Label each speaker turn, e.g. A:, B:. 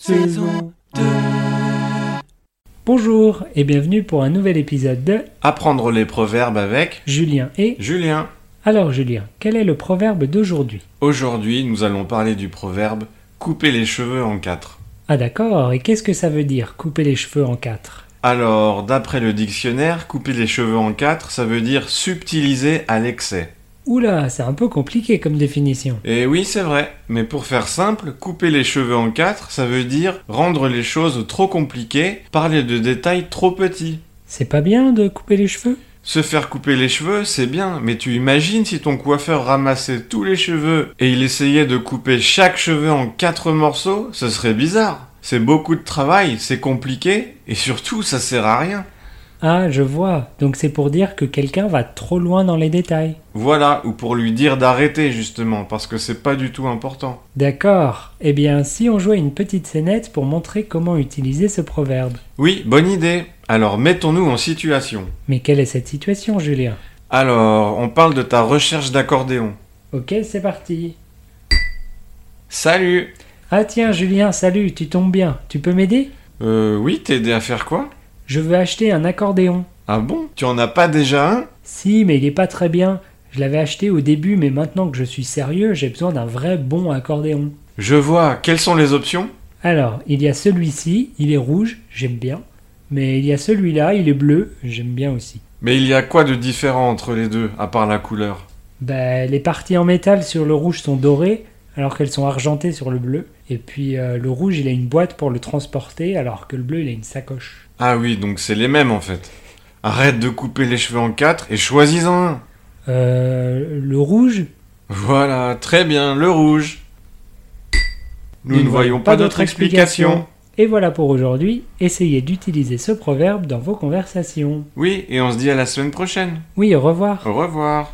A: saison 2.
B: Bonjour et bienvenue pour un nouvel épisode de
A: Apprendre les proverbes avec
B: Julien et...
A: Julien.
B: Alors Julien, quel est le proverbe d'aujourd'hui
A: Aujourd'hui, nous allons parler du proverbe couper les cheveux en quatre.
B: Ah d'accord, et qu'est-ce que ça veut dire couper les cheveux en quatre
A: Alors, d'après le dictionnaire, couper les cheveux en quatre, ça veut dire subtiliser à l'excès.
B: Oula, c'est un peu compliqué comme définition.
A: Et oui, c'est vrai. Mais pour faire simple, couper les cheveux en quatre, ça veut dire rendre les choses trop compliquées, parler de détails trop petits.
B: C'est pas bien de couper les cheveux
A: Se faire couper les cheveux, c'est bien, mais tu imagines si ton coiffeur ramassait tous les cheveux et il essayait de couper chaque cheveu en quatre morceaux, ce serait bizarre. C'est beaucoup de travail, c'est compliqué, et surtout, ça sert à rien.
B: Ah, je vois. Donc c'est pour dire que quelqu'un va trop loin dans les détails.
A: Voilà, ou pour lui dire d'arrêter justement, parce que c'est pas du tout important.
B: D'accord. Eh bien, si on jouait une petite scénette pour montrer comment utiliser ce proverbe.
A: Oui, bonne idée. Alors mettons-nous en situation.
B: Mais quelle est cette situation, Julien
A: Alors, on parle de ta recherche d'accordéon.
B: Ok, c'est parti.
A: Salut
B: Ah tiens, Julien, salut, tu tombes bien. Tu peux m'aider
A: Euh, oui, t'aider à faire quoi
B: Je veux acheter un accordéon.
A: Ah bon Tu en as pas déjà un
B: Si, mais il est pas très bien. Je l'avais acheté au début, mais maintenant que je suis sérieux, j'ai besoin d'un vrai bon accordéon.
A: Je vois, quelles sont les options
B: Alors, il y a celui-ci, il est rouge, j'aime bien. Mais il y a celui-là, il est bleu, j'aime bien aussi.
A: Mais il y a quoi de différent entre les deux, à part la couleur
B: Bah, les parties en métal sur le rouge sont dorées, alors qu'elles sont argentées sur le bleu. Et puis euh, le rouge, il a une boîte pour le transporter, alors que le bleu, il a une sacoche.
A: Ah oui, donc c'est les mêmes en fait. Arrête de couper les cheveux en quatre et choisis-en un.
B: Euh, le rouge
A: Voilà, très bien, le rouge. Nous, ne voyons pas, d'autre explication.
B: Et voilà pour aujourd'hui, essayez d'utiliser ce proverbe dans vos conversations.
A: Oui, et on se dit à la semaine prochaine.
B: Oui, au revoir.
A: Au revoir.